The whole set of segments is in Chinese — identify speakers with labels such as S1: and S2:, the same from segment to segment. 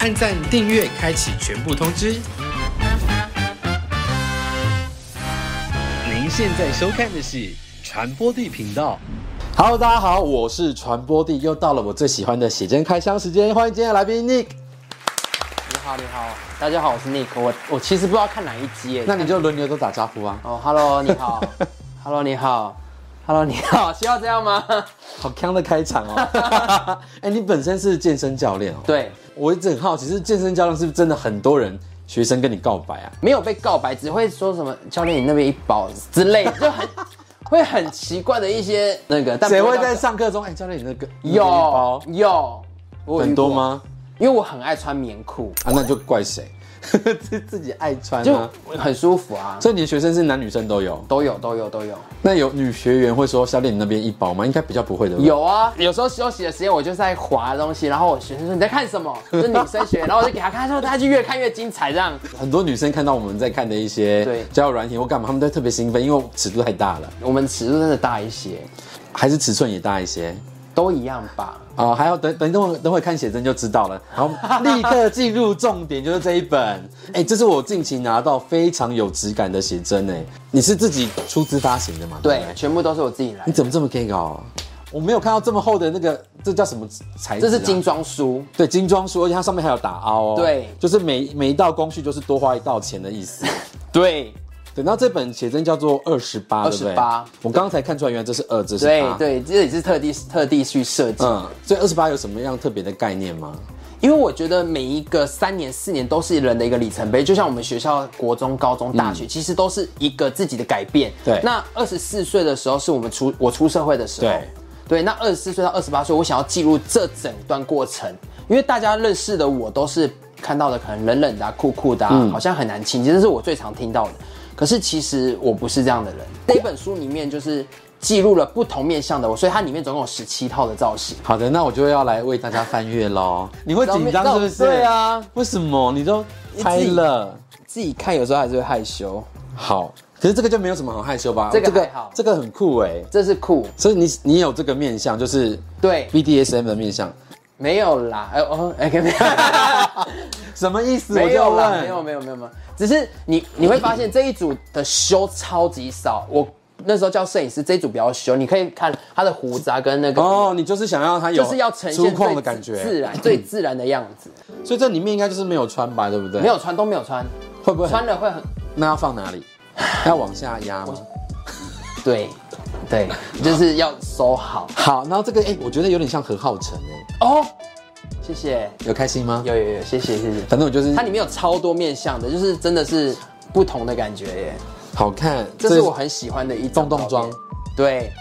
S1: 按赞、订阅、开启全部通知。您现在收看的是传播地频道。
S2: Hello，大家好，我是传播帝，又到了我最喜欢的写真开箱时间，欢迎今天的来宾 Nick。
S3: 你好，你好，大家好，我是 Nick，我我其实不知道看哪一集耶。
S2: 那你就轮流都打招呼啊，
S3: 哦，Hello，你好，Hello，你好，Hello，你好， 需要这样吗？
S2: 好康的开场 哦。哎、你本身是健身教练哦？，
S3: 对，
S2: 我一直很好奇，是健身教练是不是真的很多人学生跟你告白啊？
S3: 没有被告白，只会说什么教练你那边一包之类，就很会很奇怪的一些那个。但
S2: 谁
S3: 不
S2: 会
S3: 到
S2: 在上课中哎、教练你那个那个面包
S3: 有有我有
S2: 很
S3: 遇
S2: 多
S3: 过？
S2: 吗？
S3: 因为我很爱穿棉裤，
S2: 啊，那就怪谁？ 自自己爱穿
S3: 就
S2: 啊。
S3: 很舒服啊，
S2: 所以你的学生是男女生都有？
S3: 都有都有都有
S2: 那有女学员会说教练你那边一包吗？应该比较不会的。
S3: 有啊。有时候休息的时间，我就在划东西，然后我学生说你在看什么？ 就是女生学，然后我就给他看，他说他就越看越精彩这样。
S2: 很多女生看到我们在看的一些
S3: 对
S2: 交友软体或干嘛，她们都特别兴奋，因为尺度太大了，
S3: 我们尺度真的大一些，
S2: 还是尺寸也大一些。
S3: 都一样吧。
S2: 哦，还要等等等会等会看写真就知道了。 然后立刻进入重点，就是这一本。哎、这是我近期拿到非常有质感的写真哎，你是自己出资发行的嘛？对
S3: 对
S2: 不，对，
S3: 全部都是我自己来
S2: 你
S3: 的。
S2: 怎么这么 gay 搞、我没有看到这么厚的那个，这叫什么材质、啊
S3: 这是精，装书，
S2: 对精装书，而且它上面还有打凹哦。
S3: 对
S2: 就是每每一道工序就是多花一道钱的意 思。
S3: 对
S2: 等到这本写真叫做二十八，对不对
S3: 28
S2: 我刚才看出来，原来这是二，这是
S3: 对
S2: 八。，
S3: 对，这也是特地特地去设计，
S2: 嗯，所以二十八有什么样特别的概念吗？
S3: 因为我觉得每一个三年四年都是人的一个里程碑，就像我们学校国中、高中、大学，其实都是一个自己的改变。
S2: 对
S3: 那二十四岁的时候是我们出我出社会的时候，
S2: 对
S3: 对，那二十四岁到二十八岁，我想要记录这整段过程，因为大家认识的我都是看到的可能冷冷的、啊、酷酷的、啊，好像很难亲近，这是我最常听到的。可是其实我不是这样的人。这本书里面就是记录了不同面向的我，所以它里面总共有十七套的造型。
S2: 好的，那我就要来为大家翻阅喽。你会紧张是不是？
S3: 对，啊，
S2: 为什么你都拍了？
S3: 自己看有时候还是会害羞。
S2: 好，可是这个就没有什么好害羞吧？
S3: 这个还好
S2: 这个很酷哎。
S3: 这是酷，
S2: 所以你你有这个面相，就是
S3: 对，
S2: BDSM 的面相，
S3: 没有啦，哎哦，哎， 没有，
S2: 什么意思？我
S3: 没
S2: 就
S3: 有啦，没有
S2: 问。
S3: 没有没有没有，只是你你会发现这一组的修超级少，我那时候叫摄影师，这一组比较修，你可以看他的胡子啊跟那个，
S2: 哦，你就是想要它有
S3: 就是要呈
S2: 粗
S3: 现
S2: 犷
S3: 最
S2: 的感
S3: 自
S2: 觉，
S3: 然最自然的样子，
S2: 所以这里面应该就是没有穿吧，对不对？
S3: 没，有穿都没有穿，
S2: 会不会很
S3: 穿了会很
S2: 那要放哪 里？要往下压吗？
S3: 对 对，就是要收好
S2: 好，然后这个哎、我觉得有点像何浩晨哎、
S3: 哦，谢谢，
S2: 有开心吗？
S3: 有有有，谢谢谢谢，
S2: 反正我就是
S3: 它里面有超多面向的，就是真的是不同的感觉耶。
S2: 好看，
S3: 这是我很喜欢的一张
S2: 洞洞装
S3: 照片。对，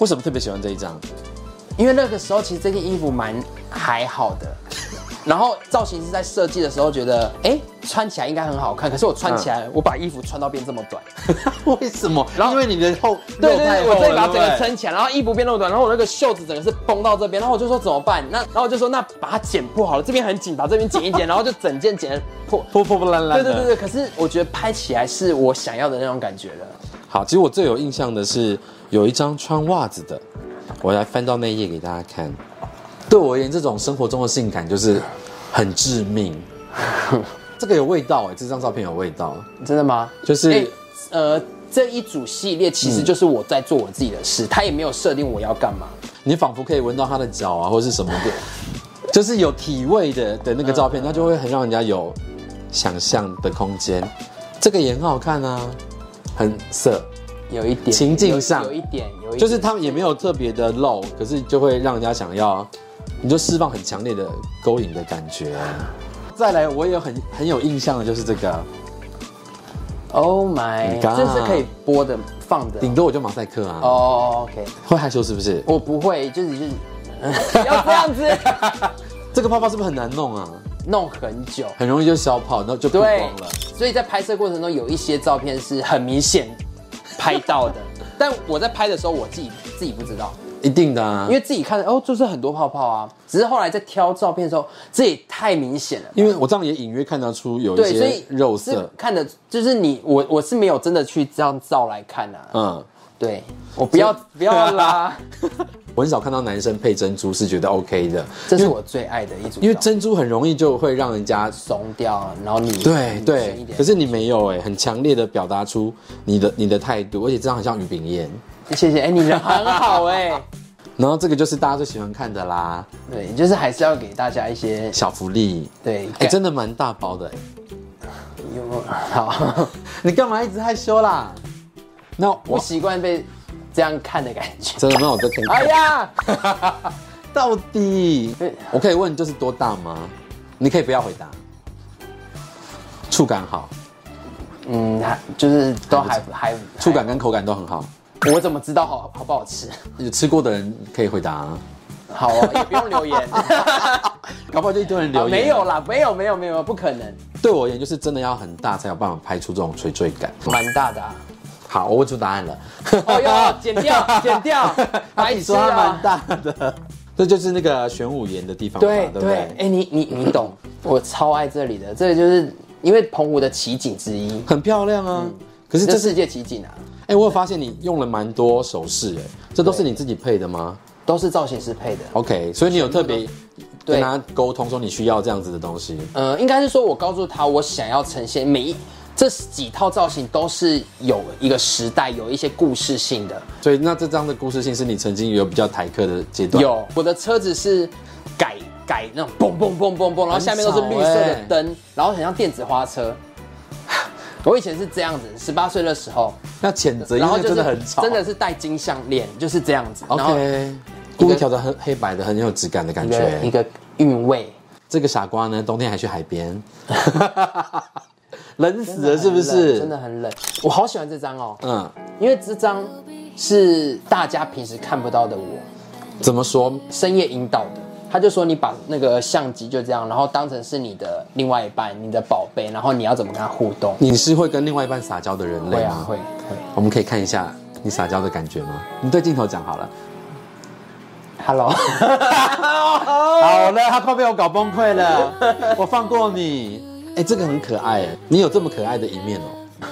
S2: 为什么特别喜欢这一张？
S3: 因为那个时候其实这件衣服蛮还好的，然后造型师在设计的时候觉得，哎，穿起来应该很好看。可是我穿起来，我把衣服穿到变这么短，
S2: 为什么？然后因为你的后
S3: 对
S2: 肉
S3: 对
S2: 太
S3: 对，
S2: 厚
S3: 我
S2: 了
S3: 这里把整个
S2: 对不对
S3: 撑起来，然后衣服变那么短，然后我那个袖子整个是绷到这边，然后我就说怎么办？那然后我就说那把它剪破好了，这边很紧，把这边剪一剪，然后就整件剪破。
S2: 破破破烂烂
S3: 对
S2: 的。
S3: 对对对，可是我觉得拍起来是我想要的那种感觉了。
S2: 好，其实我最有印象的是有一张穿袜子的，我来翻到那一页给大家看。对我而言，这种生活中的性感就是很致命。这个有味道哎、这张照片有味道，
S3: 真的吗？
S2: 就是
S3: 诶呃，这一组系列其实就是我在做我自己的事，他也没有设定我要干嘛。
S2: 你仿佛可以闻到他的脚啊，或者是什么的，就是有体味的的那个照片，那就会很让人家有想象的空间。这个也很好看啊，很色，
S3: 有一点
S2: 情境上
S3: 有有一点，有一点
S2: 就是他们也没有特别的露，可是就会让人家想要，你就释放很强烈的勾引的感觉。啊再来，我也有很很有印象的就是这个，
S3: Oh my，
S2: 你看
S3: 这是可以播的放的。
S2: 顶多我就马赛克啊，
S3: 哦、o k
S2: 会害羞是不是？
S3: 我不会，就是 就是，不要这样 子，
S2: 这个泡泡是不是很难弄啊？
S3: 弄很 久。
S2: 很容易就消泡，然后就曝
S3: 对
S2: 光了。，
S3: 所以在拍摄过程中有一些照片是很明显拍到 的，但我在拍的时候我自己自己不知道。
S2: 一定的啊，
S3: 因为自己看哦，就是很多泡泡啊。只是后来在挑照片的时候，这也太明显了。
S2: 因为我这样也隐约看得出有
S3: 对，
S2: 一
S3: 所
S2: 些
S3: 以
S2: 肉
S3: 是
S2: 色，
S3: 看的，就是你我我是没有真的去这样照来看啊。
S2: 嗯，
S3: 对，我不要不要啦，
S2: 我很少看到男生配珍珠是觉得 OK 的，
S3: 这是我最爱的一组照，
S2: 因为珍珠很容易就会让人家
S3: 怂掉，啊然后你
S2: 对
S3: 你深一
S2: 对，
S3: 点
S2: 可是你没有哎、很强烈的表达出你的你的态度，而且这样很像于炳彦。
S3: 谢谢，哎、你人很好哎、
S2: 然后这个就是大家最喜欢看的啦，
S3: 对，就是还是要给大家一些
S2: 小福利。
S3: 对，
S2: 哎、真的蛮大包的、哎
S3: 有没有好，
S2: 你干嘛一直害羞啦？那
S3: 不
S2: 我
S3: 习惯被这样看的感觉。
S2: 真的那我再看一看。
S3: 哎呀，
S2: 到底
S3: 对啊
S2: 我可以问就是多大吗？你可以不要回答。触感好，
S3: 嗯，还就是都还还
S2: 触感，跟口感都很好。
S3: 还我怎么知道好好不好吃？
S2: 有吃过的人可以回答、啊，
S3: 好哦，也不用留言。
S2: 搞不好就一堆人 留
S3: 啊
S2: 言、
S3: 没有，啦，没有没有没有，不可能，
S2: 对我而言就是真的要很大才有办法拍出这种垂坠感。
S3: 蛮大的、啊。
S2: 好，我问出答案了。，
S3: 哦哟，剪掉剪掉
S2: 他
S3: 白
S2: 自己
S3: 痴
S2: 说它蛮
S3: 啊！
S2: 大的，这就是那个玄武岩的地方嘛，
S3: 对
S2: 对不
S3: 对，
S2: 对
S3: 哎、？你你你懂，我超爱这里的，这里就是因为澎湖的奇景之一，
S2: 很漂亮啊。
S3: 嗯
S2: 可是
S3: 这
S2: 这是
S3: 世界奇景啊，
S2: 哎、我有发现你用了蛮多首饰，哎，这都是你自己配的吗
S3: 都是造型师配的。
S2: ？OK，所以你有特别跟
S3: 对
S2: 他沟通说你需要这样子的东西。
S3: 呃，应该是说我告诉他，我想要呈现每一这几套造型都是有一个时代，有一些故事性的。
S2: 所以那这张的故事性是你曾经有比较台客的阶段，
S3: 有我的车子是改改那种嘣嘣嘣嘣嘣，然后下面都是绿色的灯，然后很像电子花车。 我以前是这样子，十八岁的时候，
S2: 那谴责，因
S3: 然后
S2: 为
S3: 就是
S2: 真的很吵，
S3: 真的是戴金项链，就是这样子。然后
S2: OK，故意调的很黑白的，很有质感的感
S3: 一个一
S2: 觉。
S3: 个韵味，
S2: 这个傻瓜呢，冬天还去海边，冷死 了是不
S3: 很冷
S2: 是？
S3: 真的，很冷，我好喜欢这张哦，
S2: 嗯，
S3: 因为这张是大家平时看不到的我。
S2: 怎么说？
S3: 深夜引导的。他就说你把那个相机就这样，然后当成是你的另外一半、你的宝贝，然后你要怎么跟他互动？
S2: 你是会跟另外一半撒娇的人
S3: 会
S2: 类
S3: 啊，
S2: 吗？
S3: 会会。
S2: 我们可以看一下你撒娇的感觉吗？你对镜头讲好了。
S3: Hello，
S2: 好了，他快被我搞崩溃了，我放过你。哎、这个很可爱哎，你有这么可爱的一面哦。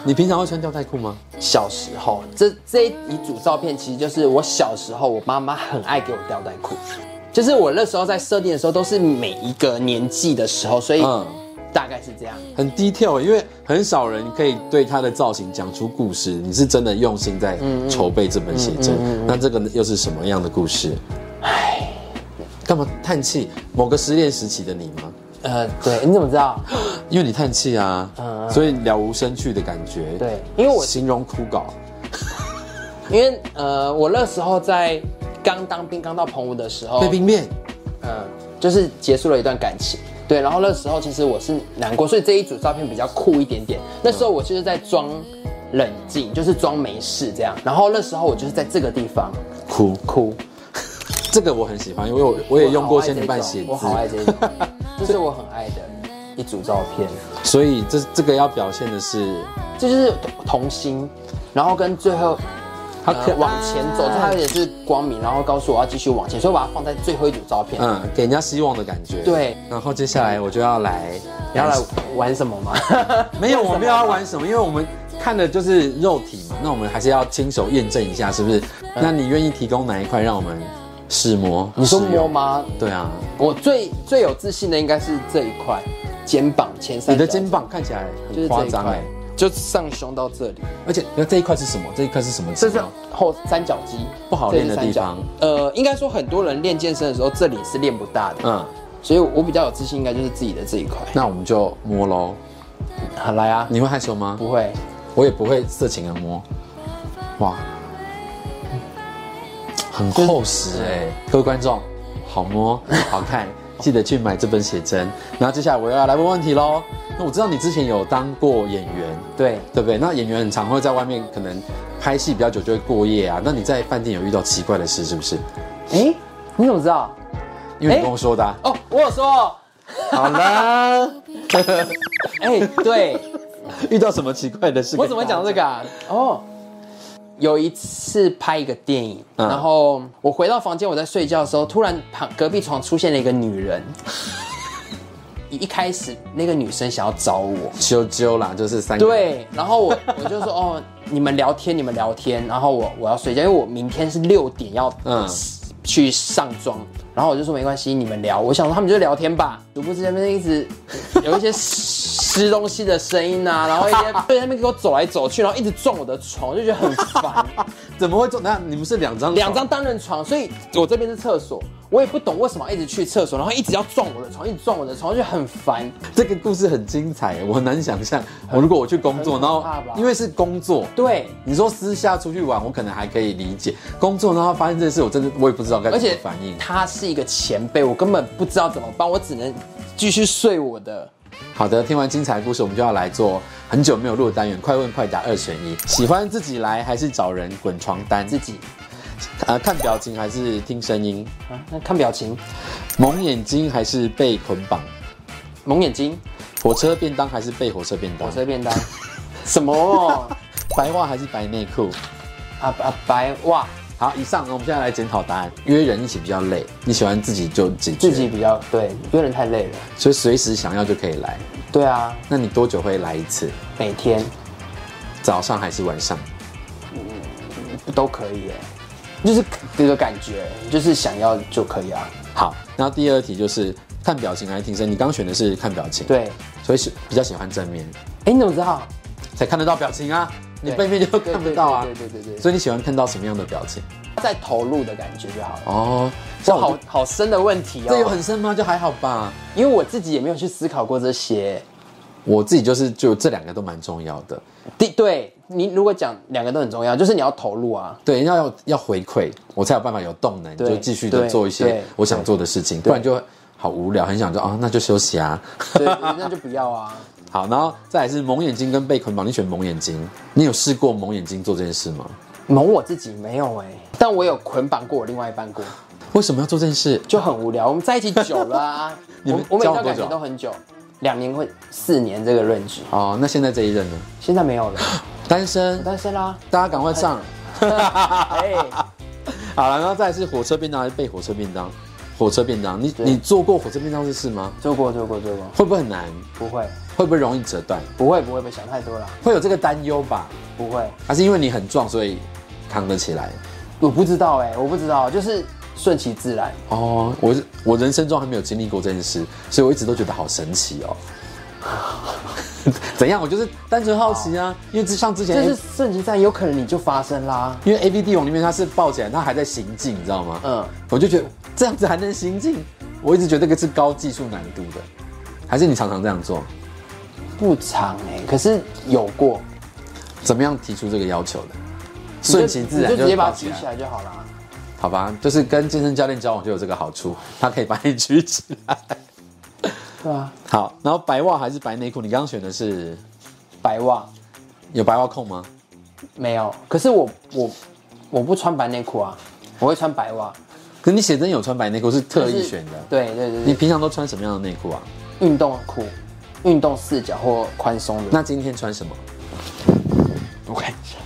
S2: 你平常会穿吊带裤吗？
S3: 小时候这这一组照片其实就是我小时候，我妈妈很爱给我吊带裤，就是我那时候在设定的时候都是每一个年纪的时候，所以
S2: 嗯
S3: 大概是这样。
S2: 很低调，因为很少人可以对他的造型讲出故事。你是真的用心在
S3: 嗯
S2: 筹备这本写真，那这个又是什么样的故事？干嘛叹气？某个失恋时期的你吗？
S3: 呃，对，你怎么知道？
S2: 因为你叹气啊，
S3: 嗯
S2: 所以了无生趣的感觉。
S3: 对因为我
S2: 形容枯槁。
S3: 因为呃，我那时候在刚当兵、刚到澎湖的时候，
S2: 被冰面，
S3: 嗯，就是结束了一段感情。对，然后那时候其实我是难过，所以这一组照片比较酷一点点。那时候我就是在装冷静，就是装没事这样。然后那时候我就是在这个地方
S2: 哭。
S3: 哭，
S2: 这个我很喜欢，因为我我也用过仙女棒写
S3: 我好爱
S2: 字，
S3: 这 一种，我好爱这一种这是我很爱的一组照片。
S2: 所以这这个要表现的是
S3: 这就是童心，然后跟最后。
S2: 好可
S3: 呃、往前走，就它也是光明，然后告诉我要继续往前，所以我把它放在最后一组照片。
S2: 嗯给人家希望的感觉。
S3: 对，
S2: 然后接下来我就要来，
S3: 哎你要来玩什么吗？
S2: 没有，我没有要玩什么，因为我们看的就是肉体嘛，那我们还是要亲手验证一下，是不是？
S3: 嗯
S2: 那你愿意提供哪一块让我们试摸？
S3: 你说
S2: 试用
S3: 摸？吗？
S2: 对啊，
S3: 我最最有自信的应该是这一块，肩膀前三。
S2: 你的肩膀看起来
S3: 就
S2: 很
S3: 是
S2: 夸
S3: 这一
S2: 张哎
S3: 块，，就上胸到这里，
S2: 而且那这一块是什么？这一块是什么肌
S3: 这
S2: 肉？
S3: 是后三角肌
S2: 不好练的地方。
S3: 这是三角呃，应该说很多人练健身的时候，这里是练不大的，
S2: 嗯，
S3: 所以我比较有自信，应该就是自己的这一块。
S2: 那我们就摸喽。
S3: 好，来啊，
S2: 你会害羞吗？
S3: 不会，
S2: 我也不会色情的摸。哇，很厚实哎、各位观众，好摸好看， 记得去买这本写真。然后接下来我要来问问题喽。那我知道你之前有当过演员，
S3: 对，
S2: 对不对？那演员很常会在外面可能拍戏比较久就会过夜啊。那你在饭店有遇到奇怪的事是不是？
S3: 哎，你怎么知道？
S2: 因为你
S3: 哎
S2: 跟我说的、啊。
S3: 哦，我有说，
S2: 好啦，
S3: 哎，对
S2: 遇到什么奇怪的事？
S3: 我怎么讲这？个啊？哦。有一次拍一个电影，
S2: 嗯
S3: 然后我回到房间，我在睡觉的时候，突然旁隔壁床出现了一个女人。一一开始那个女生想要找我，
S2: 啾啾啦，就是三个。，
S3: 对，然后我 我就说哦，你们聊天，你们聊天，然后我我要睡觉，因为我明天是六点要
S2: 嗯
S3: 去上妆，然后我就说没关系，你们聊。我想说他们就聊天吧，主播之前边一直 有一些湿东西的声音啊，然后一些对他们给我走来走去，然后一直撞我的床，我就觉得很烦。
S2: 怎么会做？那你们是两张
S3: 两张单人床，所以我这边是厕所，我也不懂为什么一直去厕所，然后一直要撞我的床，一直撞我的床，我就很烦。
S2: 这个故事很精彩，我很难想象。我如果我去工作，
S3: 很
S2: 然
S3: 可
S2: 后
S3: 怕吧
S2: 因为是工作，
S3: 对，
S2: 你说私下出去玩，我可能还可以理解。工作，然后发现这件事，我真的我也不知道该
S3: 而
S2: 怎么
S3: 且
S2: 反应。
S3: 他是一个前辈，我根本不知道怎么办，我只能继续睡我的。
S2: 好的，听完精彩的故事，我们就要来做很久没有录的单元——快问快答二选一。喜欢自己来还是找人滚床单？
S3: 自己
S2: 啊、看表情还是听声音？
S3: 啊，那看表情，
S2: 蒙眼睛还是被捆绑？
S3: 蒙眼睛，
S2: 火车便当还是被火车便当
S3: 火？车便当，什么
S2: 白袜还是白内裤？
S3: 啊啊白袜，
S2: 好，以上呢，我们现在来检讨答案。约人一起比较累，你喜欢自己就解决，
S3: 自己比较对，因为人太累了。
S2: 所以随时想要就可以来。
S3: 对啊，
S2: 那你多久会来一次？
S3: 每天
S2: 早上还是晚上？
S3: 都可以耶，就是这个感觉，就是想要就可以啊。
S2: 好，然后第二题就是看表情还是听声？你刚选的是看表情，，
S3: 对，
S2: 所以是比较喜欢正面，
S3: 哎，你怎么 知道？
S2: 才看得到表情啊，你
S3: 对
S2: 背面就
S3: 对
S2: 看不到啊
S3: 对。对对对对对，
S2: 所以你喜欢看到什么样的表情？
S3: 再投入的感觉就好了。
S2: 哦，
S3: 这
S2: 像我
S3: 好啊
S2: 就
S3: 好深的问题哦，
S2: 这有很深吗？就还好吧。
S3: 因为我自己也没有去思考过这些。
S2: 我自己就是就这两个都蛮重要的，
S3: 第对你如果讲两个都很重要，就是你要投入啊。
S2: 对，要要要回馈，我才有办法有动能，
S3: 对
S2: 就继续的
S3: 对
S2: 做一些
S3: 对
S2: 我想做的事情，不然就好无聊，很想说啊，那就休息啊。
S3: 对，那就不要啊。
S2: 好，然后再来是蒙眼睛跟被捆绑，你选蒙眼睛，你有试过蒙眼睛做这件事吗？
S3: 蒙我自己没有哎、但我有捆绑过我另外一半过，
S2: 为什么要做这件事？
S3: 就很无聊。我们在一起久了啊，
S2: 你们
S3: 我我每
S2: 交往多
S3: 段感
S2: 久
S3: 情
S2: 啊
S3: 都很久，两年或四年这个认知，
S2: 哦，那现在这一任呢？
S3: 现在没有了，
S2: 单身，
S3: 单 身啦。
S2: 大家赶快上。
S3: 哎、
S2: 好了，然后再来是火车便当还是被火车便当？火车便当，你
S3: 对
S2: 你做过火车便当这事吗？
S3: 做过做过做过，
S2: 会不会很难？
S3: 不会
S2: 会不会容易折断？
S3: 不会不会，别想太多了，
S2: 会有这个担忧吧？
S3: 不会。
S2: 还是因为你很壮，所以扛得起来？
S3: 我不知道哎、我不知道，就是顺其自然。
S2: 哦，我是我人生中还没有经历过这件事，所以我一直都觉得好神奇哦。 怎样？我就是单纯好奇啊，因为之像之前
S3: 这
S2: A,
S3: 是顺其自然，有可能你就发生啦。
S2: 因为 A B 帝王里面他是抱起来，他还在行进，你知道吗？
S3: 嗯，
S2: 我就觉得这样子还能行进，我一直觉得这个是高技术难度的，还是你常常这样做？
S3: 不长哎、可是有过，
S2: 怎么样提出这个要求的？顺其自然
S3: 你就直接把
S2: 抱
S3: 它举起，来就好啊啦。
S2: 好吧？就是跟健身教练交往就有这个好处，他可以把你举起来。
S3: 对啊，
S2: 好，然后白袜还是白内裤？你刚刚选的是
S3: 白袜
S2: 有白袜控吗？
S3: 没有，可是我我我不穿白内裤啊，我会穿白袜。
S2: 可你写真有穿白内裤是特
S3: 就
S2: 意
S3: 是
S2: 选的，
S3: 对对对
S2: 你
S3: 对，
S2: 平常都穿什么样的内裤啊？
S3: 运动裤、运动四角或宽松的。
S2: 那今天穿什么？
S3: 我看 一下，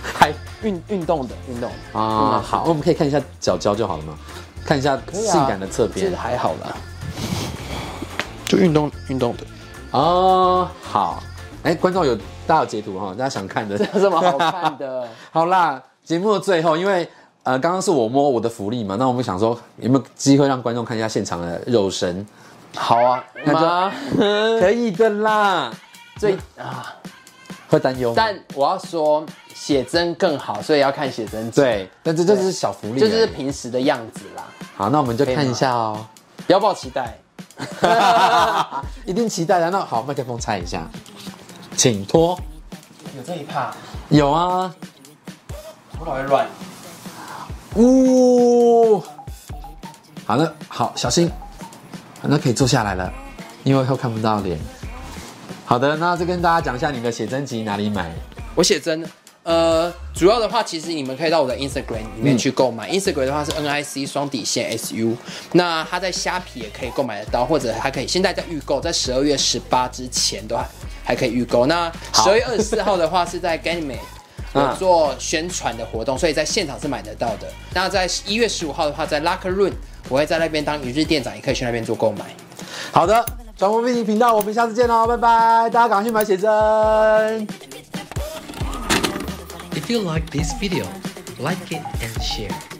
S2: 还
S3: 运运动的运动
S2: 啊，
S3: 嗯
S2: 好，我们可以看一下脚脚就好了嘛，看一下
S3: 以啊
S2: 性感的侧
S3: 其
S2: 边
S3: 实还好啦，就运动运动 的，
S2: 哦，好，哎，观众有大家有截图哈，大家想 看的
S3: 有什么好看的？
S2: 好啦，节目的最后，因为呃，刚刚是我摸我的福利嘛，那我们想说有没有机会让观众看一下现场的肉身？
S3: 好啊，
S2: 那
S3: 妈，
S2: 可以的啦，
S3: 最啊。
S2: 会担忧吗？
S3: 但我要说，写真更好，所以要看写真集，
S2: 对，但这就是小福利而
S3: 就
S2: 已，
S3: 是平时的样子啦，
S2: 好，那我们就看一下哦。
S3: 不要抱期 待。
S2: 一定期待的。那好，麦克风猜一下，请托。
S3: 有这一趴，
S2: 有啊，
S3: 我老会乱。
S2: 呜、好的，好，小心。好那可以坐下来了，因为会看不到脸。好的，那再跟大家讲一下你的写真集哪里买。
S3: 我写真，呃，主要的话，其实你们可以到我的 Instagram 里面去购买。Instagram 的话是 N I C 双底线 S U，那它在虾皮也可以购买得到，或者它可以现在在预购，在十二月十八之前都还还可以预购。那十二月二十四号的话是在 Ganymede。有做宣传的活动，所以在现场是买得到的。那在一月十五号的话，在 Locker Room，我会在那边当一日店长，也可以去那边做购买。
S2: 好的，转播 V 频道，我们下次见喽，拜拜！大家赶快去买写真。
S1: If you like this video, like it and share.